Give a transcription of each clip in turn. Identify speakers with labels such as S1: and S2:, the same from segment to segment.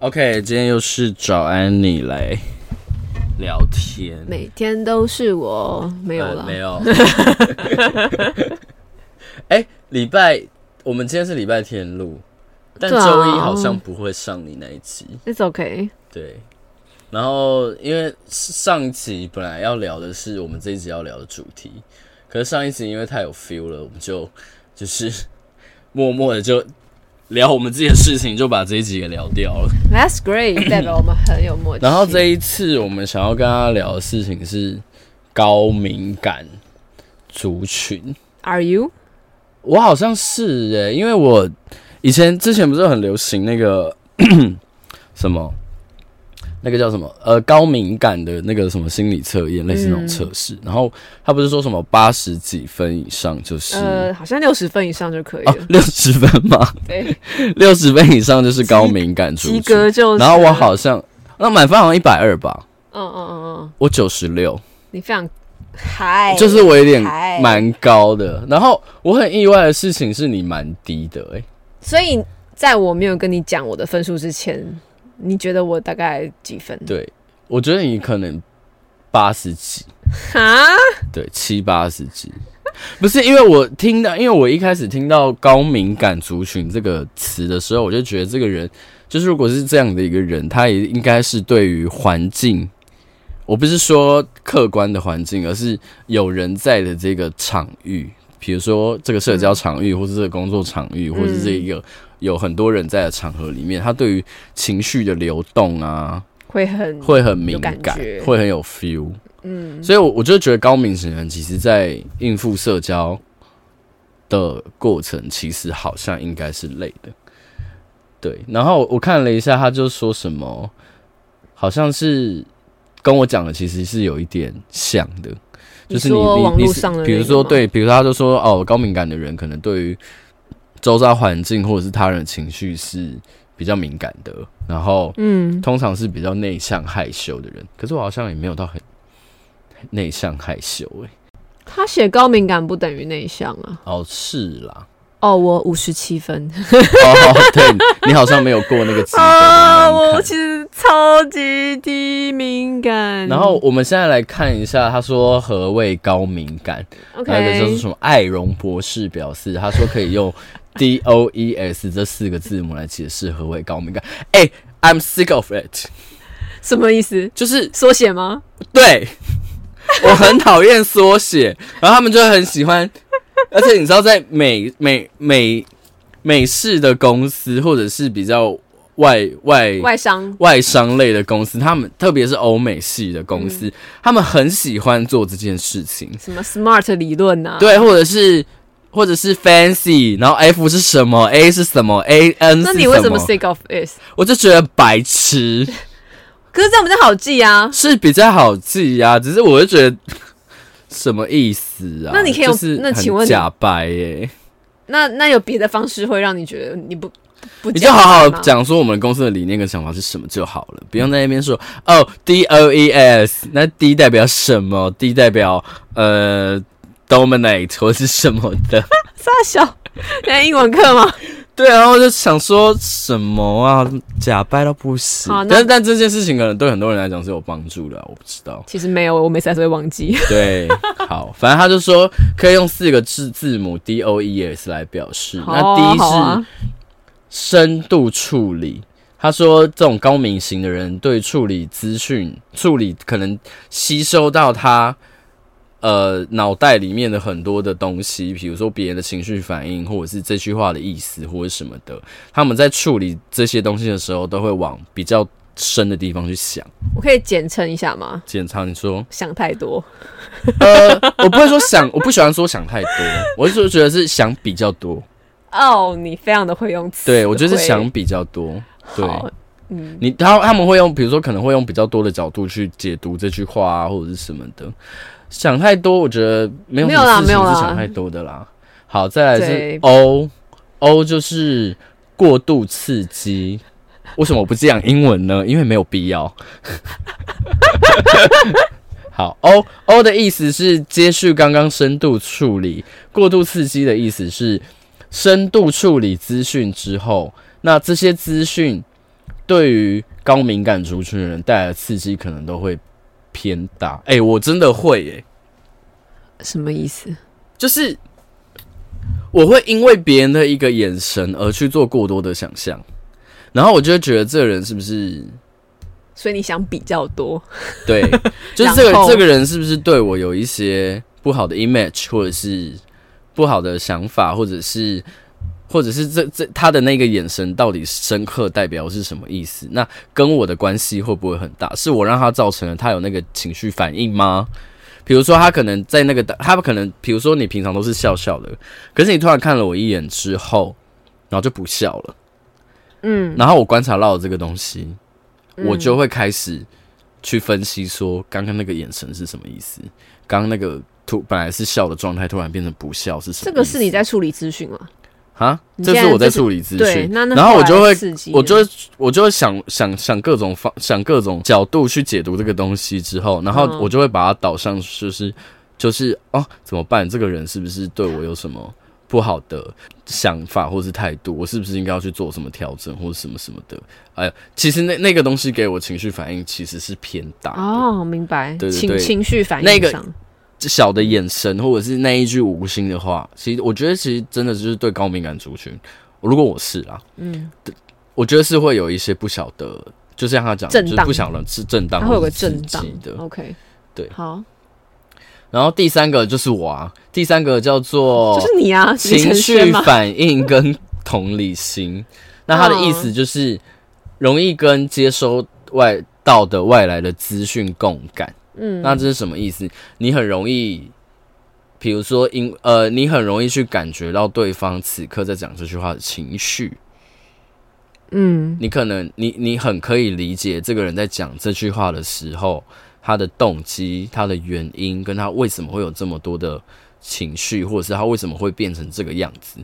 S1: OK，今天又是找安妮来聊天，
S2: 每天都是我没有
S1: 呃
S2: 了，
S1: 没 有。哎、礼拜我们今天是礼拜天录，但周
S2: 对啊
S1: 一好像不会上你那一集。
S2: It's okay，
S1: 对，然后因为上一集本来要聊的是我们这一集要聊的主题，可是上一集因为太有 feel 了，我们就就是默默的就聊我们自己的事情，就把这一集给聊掉了。
S2: That's great，代表我们很有默契。
S1: 然后这一次我们想要跟他聊的事情是高敏感族群，
S2: Are you？
S1: 我好像是诶、因为我以前之前不是很流行那个 什么，那个叫什么呃高敏感的那个什么心理测验，类似那种测试。
S2: 嗯
S1: 然后他不是说什么八十几分以上就是、
S2: 呃，好像六十分以上就可以
S1: 哦
S2: 了。
S1: 六十分吗？
S2: 对，
S1: 六十分以上就是高敏感
S2: 及
S1: 族群。
S2: 格就是。啊
S1: 然后我，好像那满分好像一百二吧，
S2: 嗯嗯嗯嗯，
S1: 我九十六。
S2: 你非常嗨，
S1: 就是我有点
S2: 嗨
S1: 蛮高的。然后我很意外的事情是你蛮低的、欸，
S2: 所以在我没有跟你讲我的分数之前，你觉得我大概几分？
S1: 对我觉得你可能八十几，
S2: 哈，
S1: 对，七八十几。不是因为我听到，因为我一开始听到“高敏感族群”这个词的时候，我就觉得这个人就是如果是这样的一个人，他也应该是对于环境，我不是说客观的环境，而是有人在的这个场域，比如说这个社交场域，或是这个工作场域，或是这一个有很多人在的场合里面，他对于情绪的流动啊，
S2: 会很
S1: 会很敏
S2: 有
S1: 感
S2: 感觉，
S1: 会很有 feel。
S2: 嗯
S1: 所以我我就觉得高敏型人其实在应付社交的过程，其实好像应该是累的。对，然后我看了一下，他就说什么，好像是跟我讲的其实是有一点像的，就是你
S2: 你说
S1: 你
S2: 网
S1: 你
S2: 络
S1: 是
S2: 上的那
S1: 比如
S2: 个
S1: 说
S2: 吗
S1: 对，比如说他就说哦，高敏感的人可能对于周遭环境或者是他人情绪是比较敏感的，然后
S2: 嗯，
S1: 通常是比较内向害羞的人，可是我好像也没有到很很内向害羞哎、
S2: 他写高敏感不等于内向啊。
S1: 哦，是啦，
S2: 哦，我五十七分。
S1: 哦，对你好像没有过那个 资格。
S2: 啊，
S1: 慢慢
S2: 我
S1: 看
S2: 其实超级低敏感。
S1: 然哦后我们现在来看一下，他说何谓高敏感？
S2: ，OK，
S1: 还有一个就是什么？艾荣博士表示，他说可以用 D O E S 这四个字母来解释何谓高敏感。哎、i m sick of it，
S2: 什么意思？
S1: 就是
S2: 缩写吗？
S1: 对， 我很讨厌缩写，然后他们就很喜欢，而且你知道，在美美美美式的公司或者是比较外外
S2: 外伤
S1: 外商类的公司，他们特别是欧美系的公
S2: 嗯
S1: 司，他们很喜欢做这件事情，
S2: 什么 SMART 理论呐、啊？，
S1: 对，或者是。或者是 fancy，然后 F 是什么，A 是什么，A N
S2: 那
S1: 是
S2: 你为什么 sick of it？
S1: 我就觉得白痴
S2: 可是这样比较好记啊。
S1: 是比较好记啊，只是我就觉得什么意思啊？
S2: 那你可以用
S1: 就是
S2: 那
S1: 很
S2: 请问你
S1: 假掰耶、
S2: 那那有别的方式会让你觉得你不不
S1: 你就好好
S2: 这样吗。
S1: 讲说我们公司的理念跟想法是什么就好了，不用在那边说哦 D O E S，那 D 代表什么？D 代表呃 dominate 或是什么 的。
S2: 傻小，你在英文课吗？
S1: 对啊，然后就想说什么啊，假掰到不行
S2: 好。那
S1: 但但这件事情可能对很多人来讲是有帮助的啊、我不知道。
S2: 其实没有，我每次还是会忘记。
S1: 对，好，反正他就说可以用四个字字母 D O E S 来表示。
S2: 好
S1: 那
S2: 啊
S1: 第一
S2: 好
S1: 是
S2: 啊，
S1: 深度处理。他说，这种高敏型的人对处理资讯、处理可能吸收到他呃脑袋里面的很多的东西，比如说别人的情绪反应，或者是这句话的意思，或者什么的。他们在处理这些东西的时候，都会往比较深的地方去想。
S2: 我可以简称一下吗？
S1: 简昌，你说？
S2: 想太多，
S1: 呃，我不会说想，我不喜欢说想太多，我就觉得是想比较多。
S2: 哦、你非常的会用词汇。
S1: 对，我觉得是想比较多。对，
S2: 好，嗯，
S1: 你他他们会用，比如说可能会用比较多的角度去解读这句话啊，或者是什么的。想太多，我觉得没有
S2: 没
S1: 什
S2: 有啦
S1: 么事情
S2: 没有啦
S1: 是想太多的啦。好，再来是
S2: 对
S1: O O 就是过度刺激。为什么我不讲英文呢？因为没有必要。 好，O O 的意思是接续刚刚深度处理，过度刺激的意思是深度处理资讯之后，那这些资讯对于高敏感族群的人带来的刺激可能都会偏大。哎、我真的会耶、
S2: 什么意思？
S1: 就是我会因为别人的一个眼神而去做过多的想象，然后我就会觉得这个人是不是
S2: 所以你想比较多，
S1: 对，就是这个
S2: 然后
S1: 这个人是不是对我有一些不好的 image，或者是不好的想法，或者是或者是这这他的那个眼神到底深刻代表是什么意思？那跟我的关系会不会很大？是我让他造成了他有那个情绪反应吗？比如说，他可能在那个，他可能，比如说你平常都是笑笑的，可是你突然看了我一眼之后，然后就不笑了，
S2: 嗯，
S1: 然后我观察到了这个东西，
S2: 嗯
S1: 我就会开始去分析说，刚刚那个眼神是什么意思？刚刚那个突本来是笑的状态，突然变成不笑是什么
S2: 这
S1: 意思？
S2: 个是你在处理资讯吗？
S1: 啊？
S2: 你
S1: 这
S2: 现
S1: 是
S2: 在
S1: 我在
S2: 这是
S1: 处理资
S2: 对，
S1: 讯，
S2: 那那
S1: 然后我就会
S2: 刺激了，
S1: 我就会我就会想想想各种方想各种角度去解读这个东西之后，然后
S2: 嗯
S1: 我就会把它导向就是就是哦怎么办？这个人是不是对我有什么不好的想法或是态度？我是不是应该要去做什么调整或者什么什么的？哎呀，其实那那个东西给我情绪反应其实是偏大的
S2: 哦，明白，
S1: 对对
S2: 情
S1: 对
S2: 情绪反
S1: 那
S2: 应
S1: 个
S2: 上，
S1: 小的眼神，或者是那一句无心的话，其实我觉得其实真的就是对高敏感族群，如果我是啦，
S2: 嗯，
S1: 我觉得是会有一些不小的，就像他讲的，
S2: 震
S1: 就
S2: 荡
S1: 是不想让是震荡，
S2: 它会有个
S1: 或是
S2: 震
S1: 刺
S2: 荡
S1: 激的。
S2: ，OK，
S1: 对
S2: 好，
S1: 然后第三个就是我啊，第三个叫 做
S2: 就是你啊，李
S1: 哦情
S2: 承
S1: 绪
S2: 轩嘛，
S1: 反应跟同理 心。那他的意思就是容易跟接收外到的外来的资讯共感。
S2: 嗯，
S1: 那这是什么意思？你很容易，比如说因呃，你很容易去感觉到对方此刻在讲这句话的情绪。
S2: 嗯
S1: 你可能你你很可以理解这个人在讲这句话的时候，他的动机、他的原因，跟他为什么会有这么多的情绪，或者是他为什么会变成这个样子，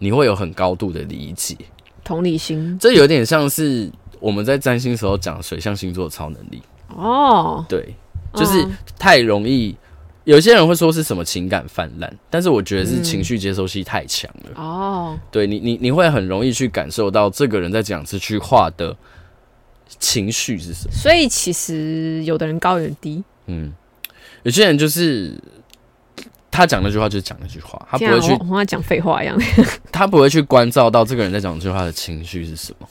S1: 你会有很高度的理解。
S2: 同理心，
S1: 这有点像是我们在占星时候讲的水象星座的超能力，
S2: 哦，
S1: 对，就是
S2: 嗯
S1: 太容易。有些人会说是什么情感泛滥，但是我觉得是情绪接收器太强了。
S2: 哦，
S1: 对你，你你会很容易去感受到这个人在讲这句话的情绪是什么。
S2: 所以其实有的人高，有人低，
S1: 嗯，有些人就是他讲那句话就讲那句话，他不
S2: 天啊
S1: 会去
S2: 我我好像讲废话一样。
S1: 他不会去关照到这个人在讲这句话的情绪是什么。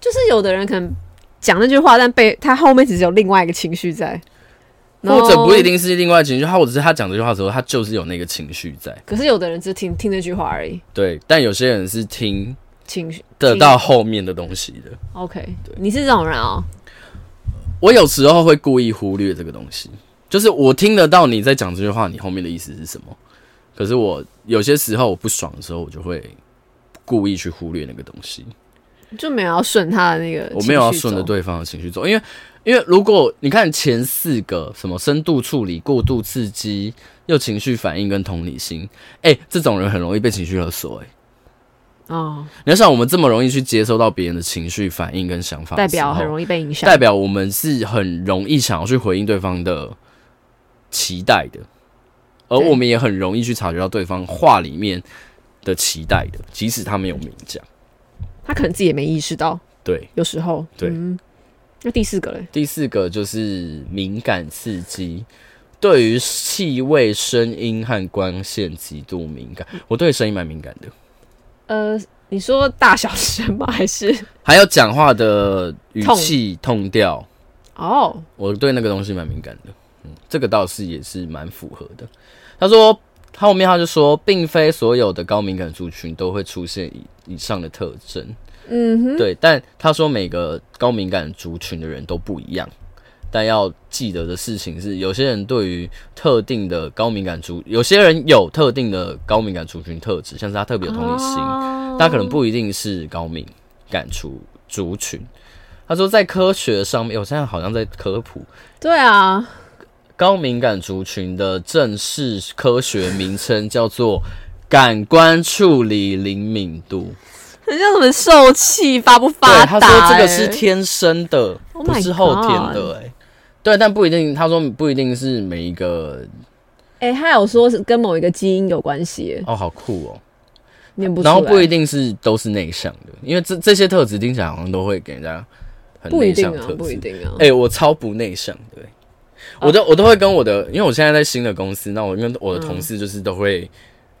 S2: 就是有的人可能讲那句话，但被他后面只是有另外一个情绪在，然
S1: 或者
S2: 后
S1: 不一。定是另外情绪，他或者是他讲这句话的时候，他就是有那个情绪在。
S2: 可是有的人只听听那句话而已，
S1: 对，但有些人是听
S2: 情绪
S1: 得
S2: 听
S1: 到后面的东西的。
S2: OK，你是这种人哦，
S1: 我有时候会故意忽略这个东西，就是我听得到你在讲这句话，你后面的意思是什么。可是我有些时候我不爽的时候，我就会故意去忽略那个东西。
S2: 就没有要顺他的那个，
S1: 我没有要顺着，对方的情绪走，因为因为如果你看前四个什么深度处理、过度刺激、又情绪反应跟同理心，哎、这种人很容易被情绪勒索、哎，
S2: 哦，
S1: 你要像我们这么容易去接收到别人的情绪反应跟想法，
S2: 代表很
S1: 易，
S2: 容易被影响
S1: 代，表我们是很容易想要去回应对方的期待的，而
S2: 对
S1: 我们也很容易去察觉到对方话里面的期待的，即使他没有明讲。
S2: 他可能自己也没意识到，
S1: 对，
S2: 有时候
S1: 对
S2: 嗯那第四个嘞，
S1: 第四个就是敏感刺激，对于气味、声音和光线极度敏感。我对声音蛮敏感的，
S2: 呃，你说大小声吗？还是
S1: 还有讲话的语气、痛调，
S2: 哦，
S1: 我对那个东西蛮敏感的。嗯，这个倒是也是蛮符合的。他说，他后面他就说，并非所有的高敏感族群都会出现以以上的特征。
S2: 嗯哼，
S1: 对，但他说每个高敏感族群的人都不一样，但要记得的事情是，有些人对于特定的高敏感族，有些人有特定的高敏感族群特质，像是他特别有同理心，
S2: 哦
S1: 他可能不一定是高敏感族族群。他说，在科学上面，我现在好像在科普
S2: 对啊，
S1: 高敏感族群的正式科学名称叫做感官处理灵敏度。
S2: 很像什么受气发不发
S1: 对，
S2: 达、欸？
S1: 他说这个是天生的，
S2: Oh
S1: 不
S2: my
S1: 是后天的、欸。哎，对，但不一定。他说不一定是每一个。
S2: 哎、他有说是跟某一个基因有关系耶，
S1: 哦，好酷哦。
S2: 念不出
S1: 然
S2: 来，
S1: 后不一定是都是内向的，因为这这些特质听起来好像都会给人家很
S2: 不一
S1: 内
S2: 定
S1: 向的
S2: 啊
S1: 特，
S2: 不一
S1: 质。
S2: 定啊。
S1: 哎、我超不内向的、欸我
S2: 哦
S1: 都我都会跟我的，因为我现在在新的公司，那我跟我的
S2: 嗯
S1: 同事就是都会，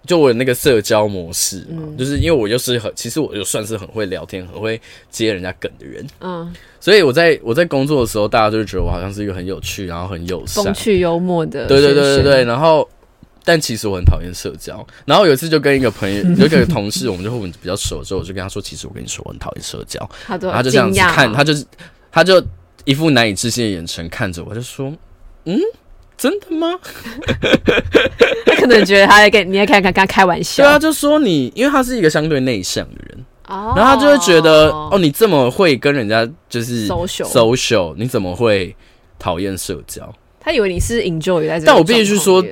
S1: 就我有那个社交模式嘛，
S2: 嗯
S1: 就是因为我就是很，其实我就算是很会聊天，很会接人家梗的人，
S2: 嗯，
S1: 所以我在我在工作的时候，大家就会觉得我好像是一个很有趣，然后很友善
S2: 风，趣幽默的，
S1: 对对对对对，，然后。但其实我很讨厌社交，然后有一次就跟一个朋友，有一个同事，我们就混比较熟之后，我就跟他说，其实我跟你说，我很讨厌社交，
S2: 他都
S1: 然后他就这
S2: 惊
S1: 样子
S2: 讶
S1: 看，他就是他就一副难以置信的眼神看着我，他就说：“嗯，真的吗
S2: 他可能觉得他在跟你在看跟他开玩？”笑
S1: 对，啊，就说你，因为他是一个相对内向的人，
S2: 哦
S1: 然后他就会觉得哦，你这么会跟人家就是
S2: social
S1: social，你怎么会讨厌社交？
S2: 他以为你是 enjoy 在这个状况里面，
S1: 但我必须说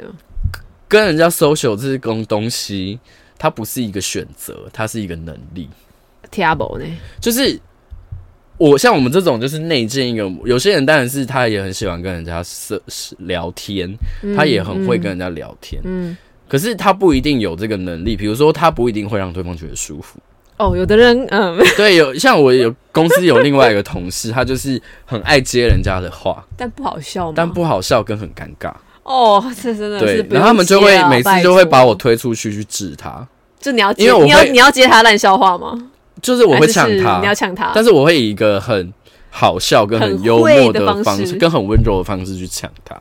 S1: 跟人家 social 这种东西，它不是一个选择，它是一个能力。
S2: t a b l 呢，
S1: 就是我像我们这种就是内建一个，有些人当然是他也很喜欢跟人家社聊天，他也很会跟人家聊天，
S2: 嗯，
S1: 可是他不一定有这个能力。比如说，他不一定会让对方觉得舒服。
S2: 哦，有的人嗯，
S1: 对，有像我有公司有另外一个同事，他就是很爱接人家的话，
S2: 但不好笑嘛，
S1: 但不好笑跟很尴尬。
S2: 哦，这真的
S1: 对
S2: 是，不用
S1: 然后他们就会
S2: 接啊
S1: 每次就会把，我
S2: 拜托
S1: 推出去去治他，
S2: 就你要接，
S1: 因为我
S2: 你要
S1: 会
S2: 你要接他烂笑话吗？
S1: 就是我
S2: 还
S1: 会
S2: 是
S1: 呛
S2: 是
S1: 他
S2: 你要，呛他，
S1: 但是我会以一个很好笑跟
S2: 很
S1: 很幽
S2: 会
S1: 默
S2: 的方
S1: 方式，
S2: 式
S1: 跟很温柔的方式去呛他。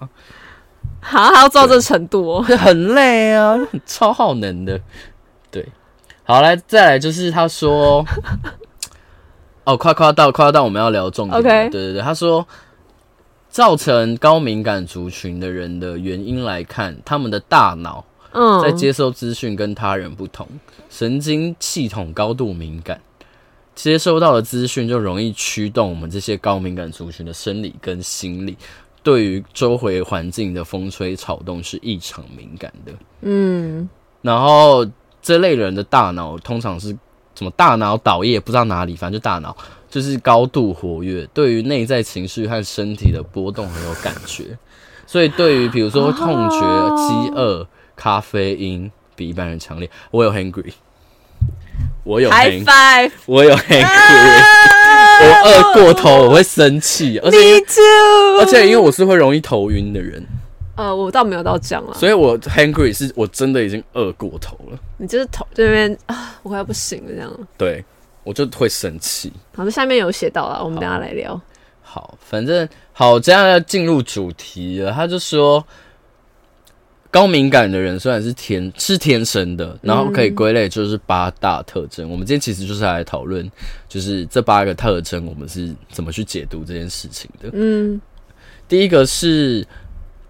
S2: 哈，还要做到这程度哦，
S1: 很累啊，很超耗能的。对，好来，再来就是他说，哦，快快到快到我们要聊重点了。对
S2: OK
S1: 对对，他说，造成高敏感族群的人的原因来看，他们的大脑
S2: 嗯，
S1: 在接收资讯跟他人不同，神经系统高度敏感。接收到的资讯就容易驱动我们这些高敏感族群的生理跟心理，对于周围环境的风吹草动是异常敏感的。
S2: 嗯，
S1: 然后这类人的大脑通常是什么大脑导液，不知道哪里，反正就大脑就是高度活跃，对于内在情绪和身体的波动很有感觉，所以对于比如说痛觉、
S2: 哦
S1: 饥饿、咖啡因比一般人强烈。 我有 hungry，我有
S2: high
S1: hungry，
S2: five，
S1: 我有 hungry，我饿过头我会生气，而且因为
S2: Me too，
S1: 而且因为我是会容易头晕的人，
S2: 呃，我倒没有到这样了，
S1: 所以我 hungry 是我真的已经饿过头了。
S2: 你就是头这边啊，我快要不行了这样。
S1: 对，我就会生气。
S2: 好，这下面有写到了，我们等一下
S1: 好
S2: 来聊。
S1: 好，反正好，这样要进入主题了。他就说，高敏感的人虽然是天是天生的，然后可以归类就是八大特征。我们今天其实就是来讨论，就是这八个特征，我们是怎么去解读这件事情的。
S2: 嗯，
S1: 第一个是，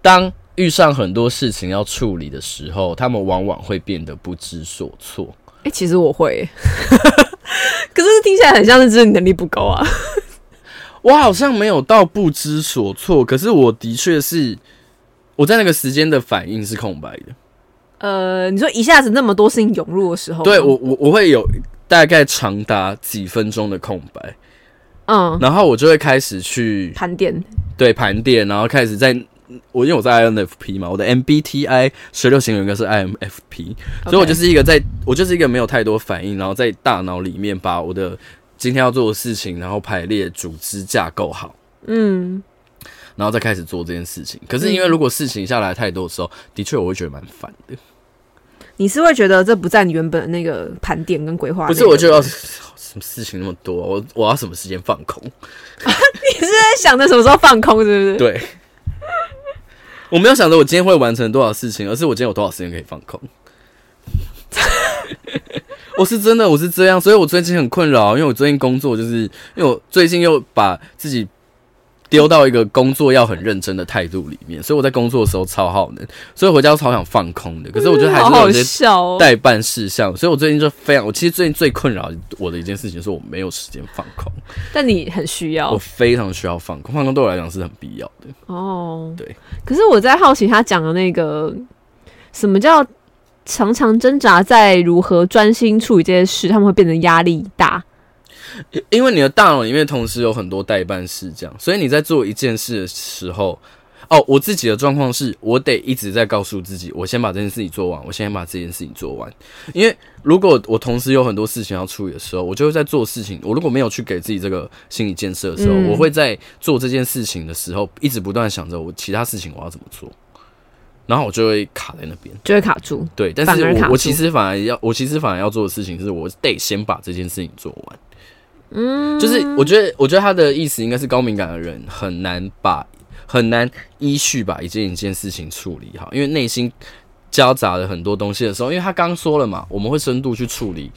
S1: 当遇上很多事情要处理的时候，他们往往会变得不知所措。
S2: 哎、其实我会耶， 可是听起来很像是就是你能力不够啊。
S1: 我好像没有到不知所措，可是我的确是我在那个时间的反应是空白的。
S2: 呃，你说一下子那么多事情涌入的时候，
S1: 对我，，我我会有大概长达几分钟的空白，
S2: 嗯，
S1: 然后我就会开始去
S2: 盘点，
S1: 对盘点，然后开始在我因为我在 INFP 嘛，我的 MBTI 十六型人格是 INFP，所以我就是一个在我就是一个没有太多反应，然后在大脑里面把我的今天要做的事情，然后排列、组织、架构好。
S2: 嗯，
S1: 然后再开始做这件事情。可是因为如果事情下来太多的时候，的确我会觉得蛮烦的。
S2: 你是会觉得这不在你原本的那个盘点跟规划
S1: 不
S2: 内的，
S1: 是，我就要 什么事情那么多，我我要什么时间放空？
S2: 你是在想着什么时候放空，是不是？
S1: 对，我没有想着我今天会完成多少事情，而是我今天有多少时间可以放空。 我是真的，我是这样，所以我最近很困扰，因为我最近工作就是，因为我最近又把自己丢到一个工作要很认真的态度里面，所以我在工作的时候超耗能，所以回家超想放空的，可是我觉得还
S2: 好
S1: 是有
S2: 好
S1: 一些
S2: 笑哦。
S1: 代办事项，所以我最近就非常，我其实最近最困扰我的一件事情是我没有时间放空，
S2: 但你很需要
S1: 我非常需要放空，放空对我来讲是很必要的。
S2: 哦。
S1: 对。
S2: 可是我在好奇他讲的那个，什么叫常常挣扎在如何专心处理这些事，他们会变得压力大。
S1: 因因为你的大脑里面同时有很多代办事项，所以你在做一件事的时候，哦，我自己的状况是我得一直在告诉自己，我先把这件事情做完，我先把这件事情做完。因为如果我同时有很多事情要处理的时候，我就会在做事情。我如果没有去给自己这个心理建设的时候，
S2: 嗯
S1: 我会在做这件事情的时候，一直不断地想着我其他事情我要怎么做，然后我就会卡在那边。
S2: 就会卡住。
S1: 对，但
S2: 反
S1: 是
S2: 而卡
S1: 我我
S2: 住
S1: 其实反而要，我其实反而要做的事情是，我得先把这件事情做完。嗯，就是我觉得，我觉得他的意思应该是高敏感的人很难把很难依序把一件一件事情处理好，因为内心夹杂了很多东西的时候，因为他刚说了嘛，我们会深度去处理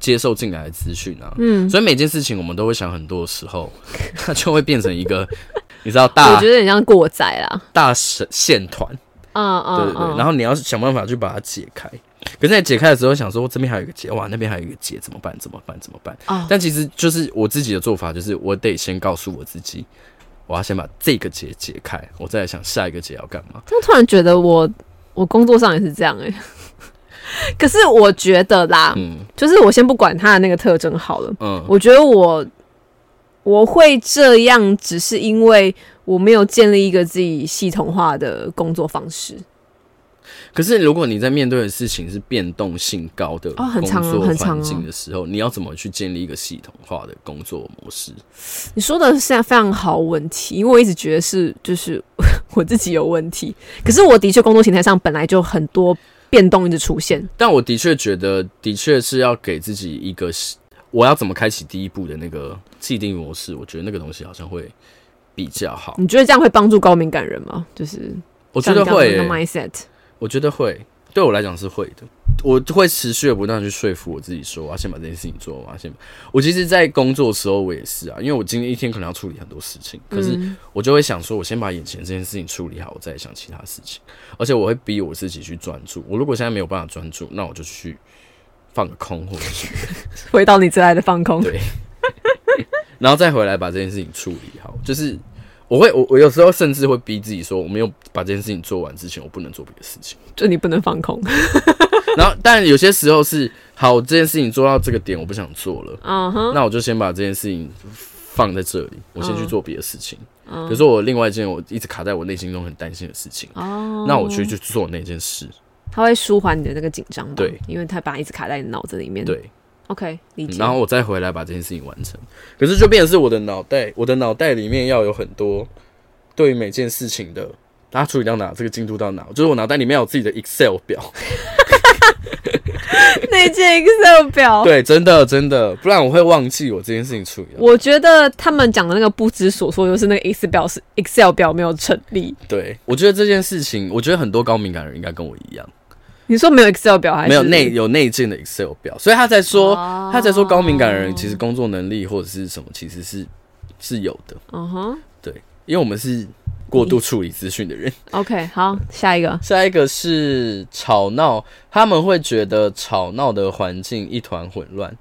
S1: 接受进来的资讯啊，
S2: 嗯，
S1: 所以每件事情我们都会想很多的时候， 它就会变成一个你知道
S2: 我
S1: 大
S2: 觉得很像过载啦。
S1: 大神线团。
S2: 嗯嗯，
S1: 对对对，
S2: 嗯
S1: 然后你要想办法去把它解开。可是在解开的时候，想说这边还有一个结，哇，那边还有一个结，怎么办？怎么办？怎么办？
S2: 哦
S1: 但其实就是我自己的做法，就是我得先告诉我自己，我要先把这个结解开，我再来想下一个结要干嘛。
S2: 但突然觉得我我工作上也是这样哎、 可是我觉得啦，
S1: 嗯
S2: 就是我先不管他的那个特征好了，
S1: 嗯，
S2: 我觉得我我会这样，只是因为我没有建立一个自己系统化的工作方式。
S1: 可是如果你在面对的事情是变动性高的
S2: 哦很
S1: 工
S2: 长哦
S1: 作
S2: 很长哦
S1: 环境的时候，你要怎么去建立一个系统化的工作模式？
S2: 你说的现在非常好的问题，因为我一直觉得是就是 我自己有问题，可是我的确工作形态上本来就很多变动一直出现。
S1: 但我的确觉得，的确是要给自己一个我要怎么开启第一步的那个既定模式。我觉得那个东西好像会比较好。
S2: 你觉得这样会帮助高敏感人吗？就是
S1: 我
S2: 我
S1: 觉得会、
S2: 的
S1: 欸
S2: mindset。
S1: 我觉得会，对我来讲是会的。我会持续的不断地去说服我自己，说我要先把这件事情做完。先把，我其实，在工作的时候我也是啊，因为我今天一天可能要处理很多事情，可是
S2: 嗯
S1: 我就会想说，我先把眼前这件事情处理好，我再想其他事情。而且我会逼我自己去专注。我如果现在没有办法专注，那我就去放个空，或者是
S2: 回到你最爱的放空。
S1: 对然后再回来把这件事情处理好。就是我会，我我有时候甚至会逼自己说，我没有把这件事情做完之前，我不能做别的事 情。
S2: 就你不能 放空。
S1: 然后，但有些时候是好，这件事情做到这个点，我不想做了，
S2: 嗯哼，
S1: 那我就先把这件事情放在这里，我先去做别的事情。比如
S2: 嗯
S1: 说我另外一件我一直卡在我内心中很担心的事情，
S2: 哦
S1: 那我去去做那件事。
S2: 它会舒缓你的那个紧张吧？
S1: 对，
S2: 因为它把它一直卡在你脑子里面。
S1: 对，嗯
S2: ，OK，理嗯解。
S1: 然后我再回来把这件事情完成。可是就变成是我的脑袋，我的脑袋里面要有很多对于每件事情的，它处理到哪，这个进度到哪，就是我脑袋里面有自己的 Excel 表。
S2: 那件 Excel 表，
S1: 对，真的真的，不然我会忘记我这件事情处理到。
S2: 我觉得他们讲的那个不知所措，就是那个 Excel 表是 Excel 表没有成立。
S1: 对，我觉得这件事情，我觉得很多高敏感的人应该跟我一样，
S2: 你说没有 Excel 表还是
S1: 没有内有内建的 Excel 表，所以他才说、
S2: 哦
S1: 他才说高敏感的人其实工作能力或者是什么其实是是有的，
S2: 嗯哼
S1: 因为我们是过度处理资讯的人。
S2: ，OK，好，下一个。
S1: 下一个是吵闹，他们会觉得吵闹的环境一团混乱。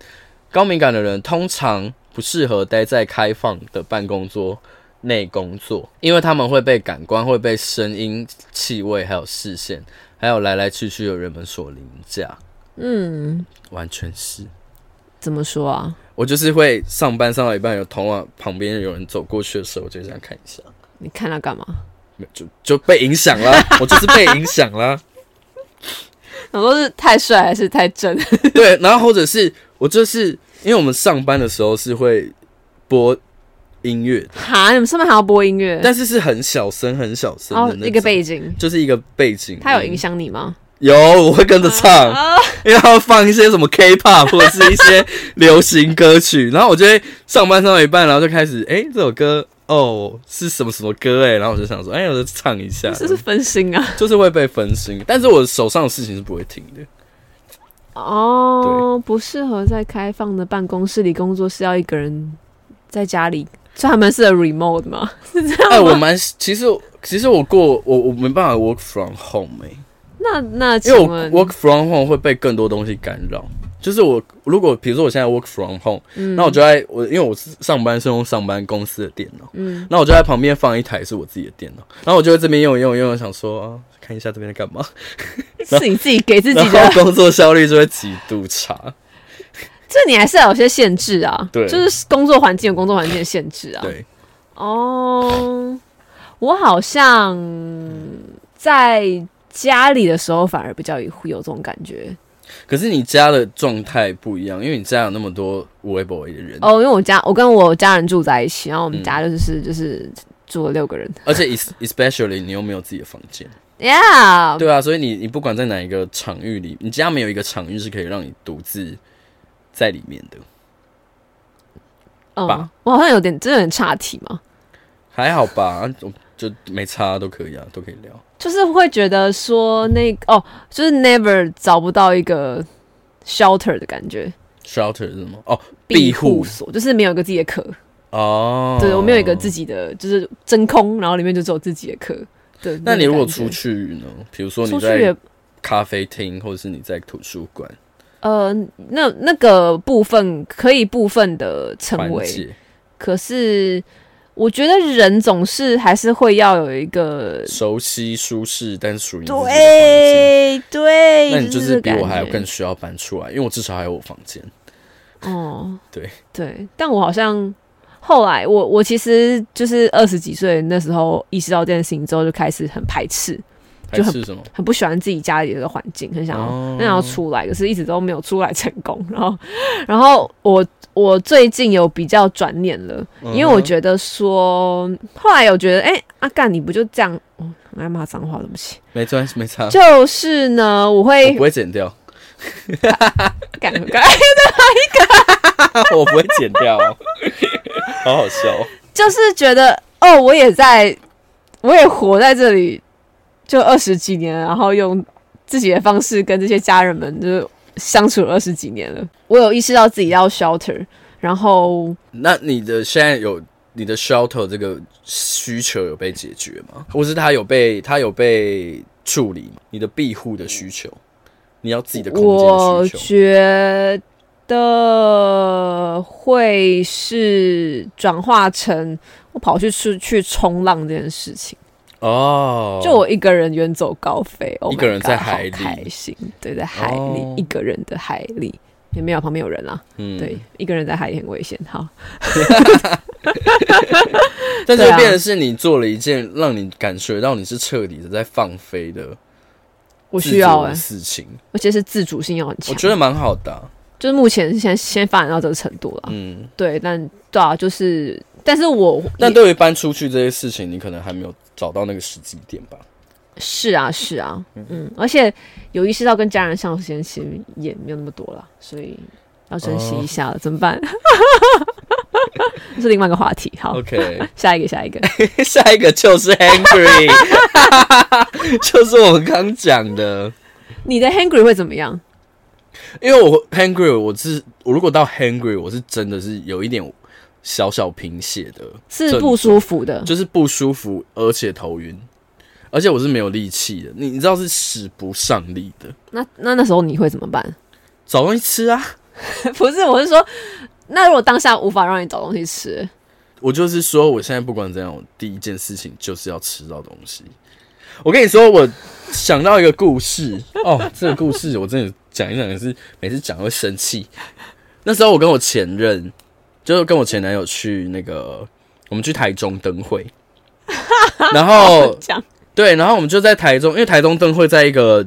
S1: 高敏感的人通常不适合待在开放的办公桌内工作，因为他们会被感官、会被声音、气味、还有视线，还有来来去去的人们所凌驾。
S2: 嗯，
S1: 完全是
S2: 怎么说啊？
S1: 我就是会上班上到一半，有同往旁边有人走过去的时候，我就这样看一下，
S2: 你看他干嘛？
S1: 没有就就被影响了， 我就是被影响了。
S2: 我说是太帅还是太正？
S1: 对，然后或者是我就是因为我们上班的时候是会播音乐的，
S2: 哈，你们上面还要播音乐？
S1: 但是是很小声、很小声
S2: 然后
S1: 的那
S2: 哦一个
S1: 种
S2: 背景，
S1: 就是一个背景音，
S2: 它有影响你吗？
S1: 有，我会跟着唱，
S2: 啊
S1: 因为他会放一些什么 K-pop 或者是一些流行歌曲，然后我就会上班上到一半，然后就开始，哎、这首歌哦是什么什么歌哎、然后我就想说，哎、我就唱一下，
S2: 这是分心啊！
S1: 就是会被分心，但是我手上的事情是不会停的，
S2: 哦，不适合在开放的办公室里工作，是要一个人在家里，所以他们适合 remote 吗？ 是这
S1: 哎、
S2: 样
S1: 我
S2: 吗？
S1: 蛮其实其实我过我我没办法 work from home 哎、
S2: 那那
S1: 因
S2: 请
S1: 为我
S2: 问，
S1: work from home 会被更多东西干扰。就是我如果比如说我现在 work from home，
S2: 嗯
S1: 那、我就在我因为我是上班是用上班公司的电脑，
S2: 嗯，
S1: 那我就在旁边放一台是我自己的电脑，然后我就在这边用一用一用，想说啊看一下这边在干嘛，
S2: 是你自己给自己
S1: 然后
S2: 的，
S1: 工作效率就会极度差。
S2: 这你还是要有些限制 啊。
S1: 对
S2: 哦就是工作环境有工作环境的限制啊。
S1: 对，
S2: 哦，我好像在家里的时候反而比较有有这种感觉
S1: 可是你家的状态不一样，因为你家有那么多无微不微的人，
S2: 哦，因为我家我跟我家人住在一起，然后我们
S1: 嗯
S2: 家就是、就是住了六个人
S1: 而且 es- especially 你又没有自己的房间，
S2: ，Yeah，
S1: 对啊，所以你你不管在哪一个场域里，你家没有一个场域是可以让你独自在里面的。
S2: 嗯
S1: 吧，
S2: 我好像有点真的很差题嘛，
S1: 还好吧，就就没差都可以啊，都可以聊。
S2: 就是会觉得说那哦，就是 never 找不到一个 shelter 的感觉，
S1: Shelter 是吗？哦，庇护
S2: 所，就是没有一个自己的壳。
S1: 哦，
S2: 对我没有一个自
S1: 己。
S2: 己的，就是真空，然后里面就只有自己的壳。对，
S1: 那
S2: 种
S1: 你如果
S2: 感觉
S1: 出去呢？比如说
S2: 出
S1: 你
S2: 去
S1: 在
S2: 也
S1: 咖啡厅，或者是你在图书馆，
S2: 呃，那那个部分可以部分的成
S1: 缓
S2: 为，
S1: 解
S2: 可是我觉得人总是还是会要有一个
S1: 熟悉舒适，但是属于你自己的房间。
S2: 对对，
S1: 那你就
S2: 这
S1: 是
S2: 个
S1: 比我
S2: 感
S1: 还要
S2: 觉
S1: 更需要搬出来，因为我至少还有我房间。
S2: 哦，
S1: 对
S2: 对，但我好像后来我我其实就是二十几岁那时候意识到这件事情之后，就开始很排斥，
S1: 还
S2: 就很
S1: 是什么？
S2: 很不喜欢自己家里的环境，很想要、
S1: 哦
S2: 很想要出来，可是一直都没有出来成功。 然后，然后我我最近有比较转念了，
S1: 嗯
S2: 因为我觉得说，后来有觉得，哎、阿、干你不就这样？哦，很爱骂脏话，对不起。
S1: 得没关系，没差，
S2: 就是
S1: 啊
S2: 呢，我
S1: 我
S2: 会
S1: 不会剪 掉，
S2: 干干，
S1: 我不会剪掉哦，好好笑哦。
S2: 就是觉得哦，我也在，我也活在这里，就二十几年，然后用自己的方式跟这些家人们就是相处了二十几年了。我有意识到自己要 shelter，然后
S1: 那你的现在有你的 shelter 这个需求有被解决吗？或是它有被它有被处理吗？你的庇护的需求，你要自己的空
S2: 我
S1: 间需求，
S2: 觉得会是转化成我跑去去去冲浪这件事情。
S1: 哦，
S2: 就我一个人远走高飞，oh、
S1: 一个人在海里
S2: 开心，对，在海里、
S1: 哦
S2: 一个人的海里，也没有旁边有人啊，
S1: 嗯
S2: 对，，一个人在海里很危险。好，
S1: 但是
S2: 对啊
S1: 变的是你做了一件让你感觉到你是彻底的在放飞的，
S2: 我需要哎、
S1: 的事情，
S2: 而且是自主性要很强，
S1: 我觉得蛮好的啊、
S2: 就是目前先先发展到这个程度了，
S1: 嗯，
S2: 对，但对啊，就是，但是我
S1: 但对于搬出去这些事情，你可能还没有找到那个时机点吧？
S2: 是啊是啊，嗯，而且有意识到跟家人相处时间其实也没有那么多了，所以要珍惜一下了，怎 么办？这是另外一个话题，好，
S1: OK，
S2: 下一个下一个。
S1: 下一个就是 hungry，就是我们刚讲的，
S2: 你的 hungry 会怎么样？
S1: 因为我 hungry，我是我如果到 hungry，我是真的是有一点小小贫血的，
S2: 是不舒服的，
S1: 就是不舒服，而且头晕，而且我是没有力气的，你你知道是使不上力的，
S2: 那那那时候你会怎么办？
S1: 找东西吃啊，
S2: 不是，我是说，那如果当下无法让你找东西吃，
S1: 我就是说，我现在不管怎样，我第一件事情就是要吃到东西。我跟你说，我想到一个故事哦，这个故事我真的讲一讲也是，每次讲会生气。那时候我跟我前任，就是跟我前男友去那个，我们去台中灯会，然后
S2: 这样
S1: 对，然后我们就在台中，因为台中灯会在一个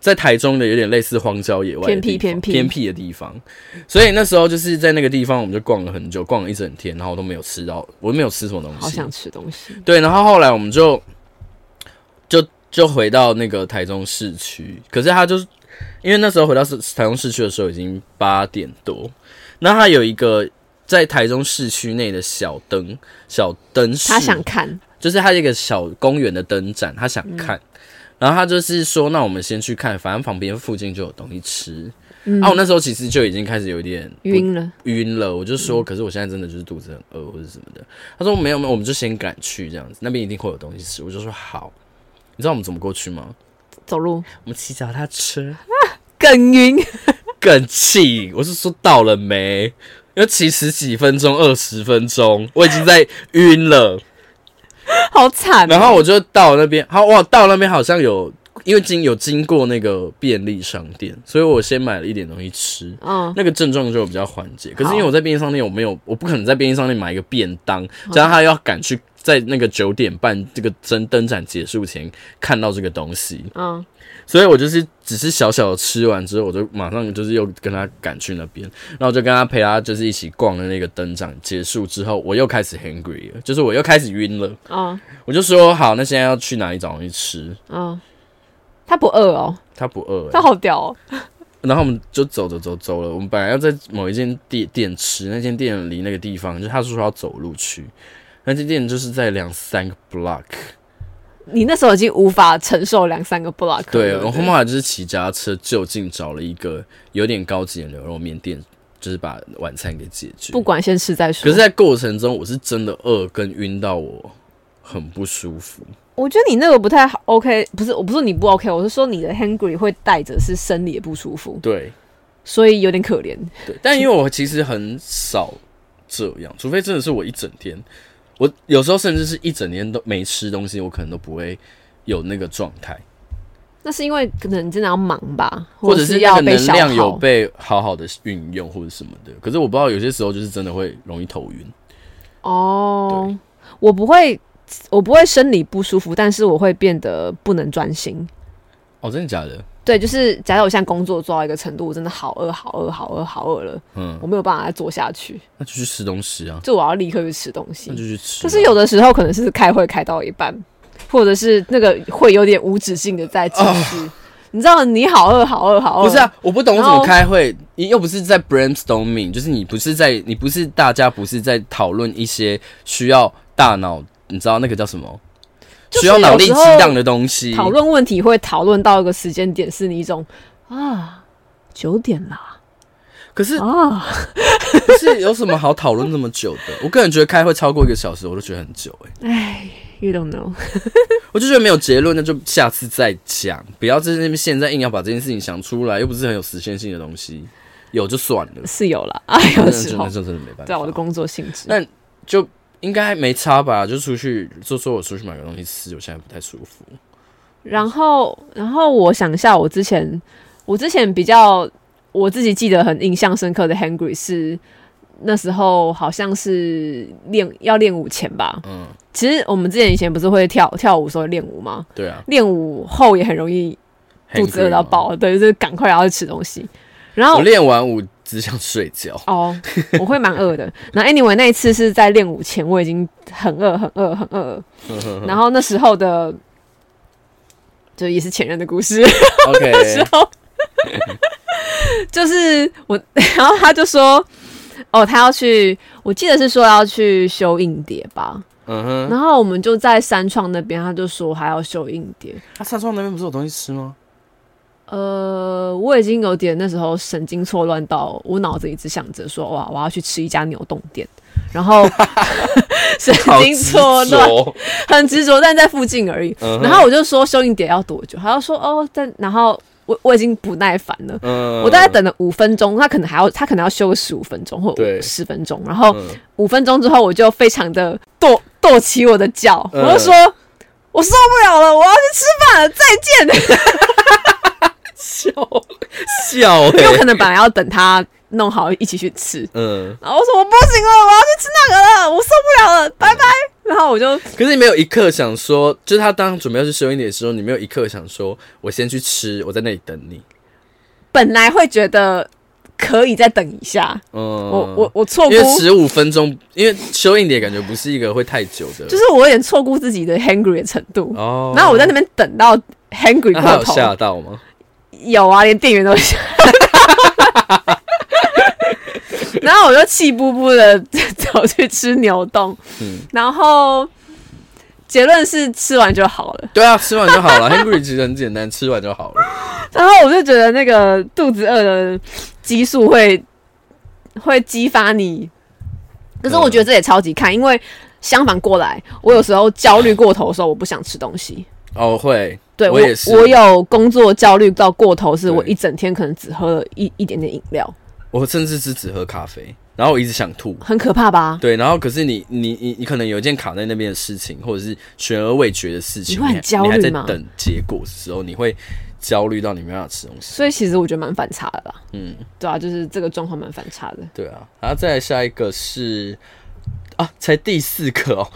S1: 在台中的有点类似荒郊野外的
S2: 偏僻
S1: 地方
S2: 偏僻
S1: 偏僻的地方，所以那时候就是在那个地方，我们就逛了很久，逛了一整天，然后我都没有吃到，我都没有吃什么东
S2: 好
S1: 西。
S2: 想吃东西。
S1: 对，然后后来我们就就就回到那个台中市区，可是他就是因为那时候回到市台中市区的时候已经八点多，那他有一个在台中市区内的小灯小灯市，
S2: 他想看，
S1: 就是他一个小公园的灯展，他想看，
S2: 嗯
S1: 然后他就是说，那我们先去看，反正旁边附近就有东西吃。
S2: 嗯，
S1: 啊，我那时候其实就已经开始有一点不
S2: 晕嗯了，
S1: 晕了，我就说，可是我现在真的就是肚子很饿或者什么的。他说没有没有，我们就先赶去这样子，那边一定会有东西吃。我就说好，你知道我们怎么过去吗？
S2: 走路
S1: 我们骑脚踏车，
S2: 更晕，
S1: 更气，我是说到了没？要骑十几分钟、二十分钟，我已经在晕了。
S2: 好惨。
S1: 然后我就到那边，好哇，到那边好像有因为经有经过那个便利商店，所以我先买了一点东西吃，
S2: 嗯，
S1: 那个症状就比较缓解。可是
S2: 好
S1: 因为我在便利商店，我没有，我不可能在便利商店买一个便当，加上他要赶去在那个九点半这个灯灯展结束前看到这个东西，
S2: 嗯，
S1: 所以我就是只是小小的吃完之后，我就马上就是又跟他赶去那边，然后我就跟他陪他就是一起逛了那个灯展。结束之后，我又开始 hungry 了，就是我又开始晕了。
S2: 嗯，
S1: 我就说好，那现在要去哪里找东西吃？
S2: 嗯，他不饿哦，
S1: 他不饿、欸
S2: 他，好屌哦，
S1: 然后我们就走走走走了。我们本来要在某一间店店吃，那间店离那个地方，就是他说要走路去，那间店就是在两三个 block。
S2: 你那时候已经无法承受两三个 block，
S1: 对，
S2: 了
S1: 我后面来就是骑脚踏车就近找了一个有点高级的牛肉面店，就是把晚餐给解决。
S2: 不管先吃再说。
S1: 可是，在过程中我是真的饿跟晕到我很不舒服。
S2: 我觉得你那个不太好 OK，不是，我不是说你不 OK，我是说你的 hungry 会带着是生理的不舒服，
S1: 对
S2: 所以有点可怜。
S1: 对，但因为我其实很少这样，除非真的是我一整天，我有时候甚至是一整天都没吃东西，我可能都不会有那个状态，
S2: 那是因为可能你真的要忙吧，
S1: 或者
S2: 者
S1: 是那
S2: 要
S1: 个
S2: 被
S1: 能
S2: 消
S1: 量
S2: 耗。
S1: 有被好好的运用或者什么的。可是我不知道有些时候就是真的会容易头晕。
S2: 哦，我不会，我不会生理不舒服，但是我会变得不能专心。
S1: 哦，真的假的？
S2: 对，就是假如我现在工作做到一个程度，我真的好饿、好饿、好饿、好饿了，
S1: 嗯
S2: 我，没有办法再做下去，
S1: 那就去吃东西啊，
S2: 就我要立刻去吃东西
S1: 那就。去吃啊。
S2: 可是有的时候可能是开会开到一半，或者是那个会有点无止境的在继续。你知道你好饿、好饿、好饿，
S1: 啊不是啊，我不懂怎
S2: 然
S1: 么
S2: 后
S1: 开会，你又不是在 brainstorming，就是你不是在，你不是大家不是在讨论一些需要大脑，你知道那个叫什么？
S2: 就是
S1: 需要脑力激
S2: 有时候
S1: 荡的东西。
S2: 讨论问题会讨论到一个时间点，是你一种啊九点啦
S1: 可是
S2: 啊，
S1: 不是有什么好讨论这么久的？我个人觉得开会超过一个小时，我都觉得很久哎、
S2: 哎，you don't know。
S1: 我就觉得没有结论，那就下次再讲，不要在那边现在硬要把这件事情想出来，又不是很有实现性的东西，有就算了。
S2: 是有啦，啊，
S1: 真
S2: 有
S1: 的
S2: 时
S1: 真
S2: 候
S1: 的，真的没办法。
S2: 对啊我的工作性质
S1: 那。就应该没差吧？就出去，就说我出去买个东西吃，我现在不太舒服。
S2: 然后，然后我想一下，我之前，我之前比较我自己记得很印象深刻的 hungry 是那时候好像是练要练舞前吧。
S1: 嗯，
S2: 其实我们之前以前不是会跳跳舞时候练舞吗？
S1: 对啊，
S2: 练舞后也很容易肚子饿到
S1: Hangry 吗。
S2: 爆，对，就是赶快然后去吃东西。然后
S1: 我练完舞只想睡觉，
S2: 哦，我会蛮饿的。然后 anyway 那一次是在练舞前，我已经很饿、很饿、很饿了。
S1: 嗯
S2: 然后那时候的，就也是前任的故事。
S1: OK，
S2: 时候，就是我， 然后他就说，哦，他要去，我记得是说要去修硬碟吧。
S1: 嗯哼。
S2: 然后我们就在三创那边，他就说还要修硬碟。
S1: 他啊上窗那边不是有东西吃吗？
S2: 呃，我已经有点那时候神经错乱到，我脑子一直想着说，哇，我要去吃一家牛洞店。然后 神经错乱，
S1: 好执着
S2: 很执着，但在附近而已。
S1: 嗯哼
S2: 然后我就说修硬碟要多久？他就说哦，但然后我我已经不耐烦了，
S1: 嗯
S2: 我大概等了五分钟，他可能还要他可能要修个十五分钟或
S1: 对
S2: 十分钟，然后
S1: 嗯
S2: 五分钟之后我就非常的跺跺起我的脚，
S1: 嗯
S2: 我就说我受不了了，我要去吃饭了，再见。
S1: 笑笑
S2: 因为我
S1: 欸
S2: 可能本来要等他弄好一起去吃，
S1: 嗯，
S2: 然后我说我不行了，我要去吃那个了，我受不了了，拜拜。然后我就
S1: 可是你没有一刻想说，就是他当准备要去收一点的时候，你没有一刻想说，我先去吃，我在那里等你。
S2: 本来会觉得可以再等一下，
S1: 嗯，
S2: 我我我错
S1: 因为
S2: 估
S1: 十五分钟，因为修硬碟感觉不是一个会太久的，
S2: 就是我有点错估自己的 hungry 的程度。
S1: 哦。啊
S2: 然后我在那边等到 hungry
S1: 那他
S2: 过
S1: 有
S2: 头，
S1: 吓到吗？
S2: 有啊，连店员都吓到。然后我就气不不的 走去吃牛冻，
S1: 嗯
S2: 然后结论是吃完就好了。
S1: 对啊，吃完就好 了。Hungry 其实很简单，吃完就好了。
S2: 然后我就觉得那个肚子饿的激素会会激发你，可是我
S1: 嗯
S2: 觉得这也超级看，因为相反过来，我有时候焦虑过头的时候，我不想吃东西。
S1: 哦，会，
S2: 对
S1: 我也是
S2: 我有工作焦虑到过头，是我
S1: 对
S2: 一整天可能只喝了一一点点饮料。
S1: 我甚至是只喝咖啡。然后我一直想吐。
S2: 很可怕吧？
S1: 对，然后可是你你你你可能有一件卡在那边的事情，或者是悬而未决的事情，
S2: 你会很
S1: 还
S2: 焦虑
S1: 你还在
S2: 吗
S1: 等结果的时候，你会焦虑到你没办法吃东西。
S2: 所以其实我觉得蛮反差的啦，
S1: 嗯，
S2: 对啊，就是这个状况蛮反差的。
S1: 对啊。然后再来下一个是啊，才第四个哦，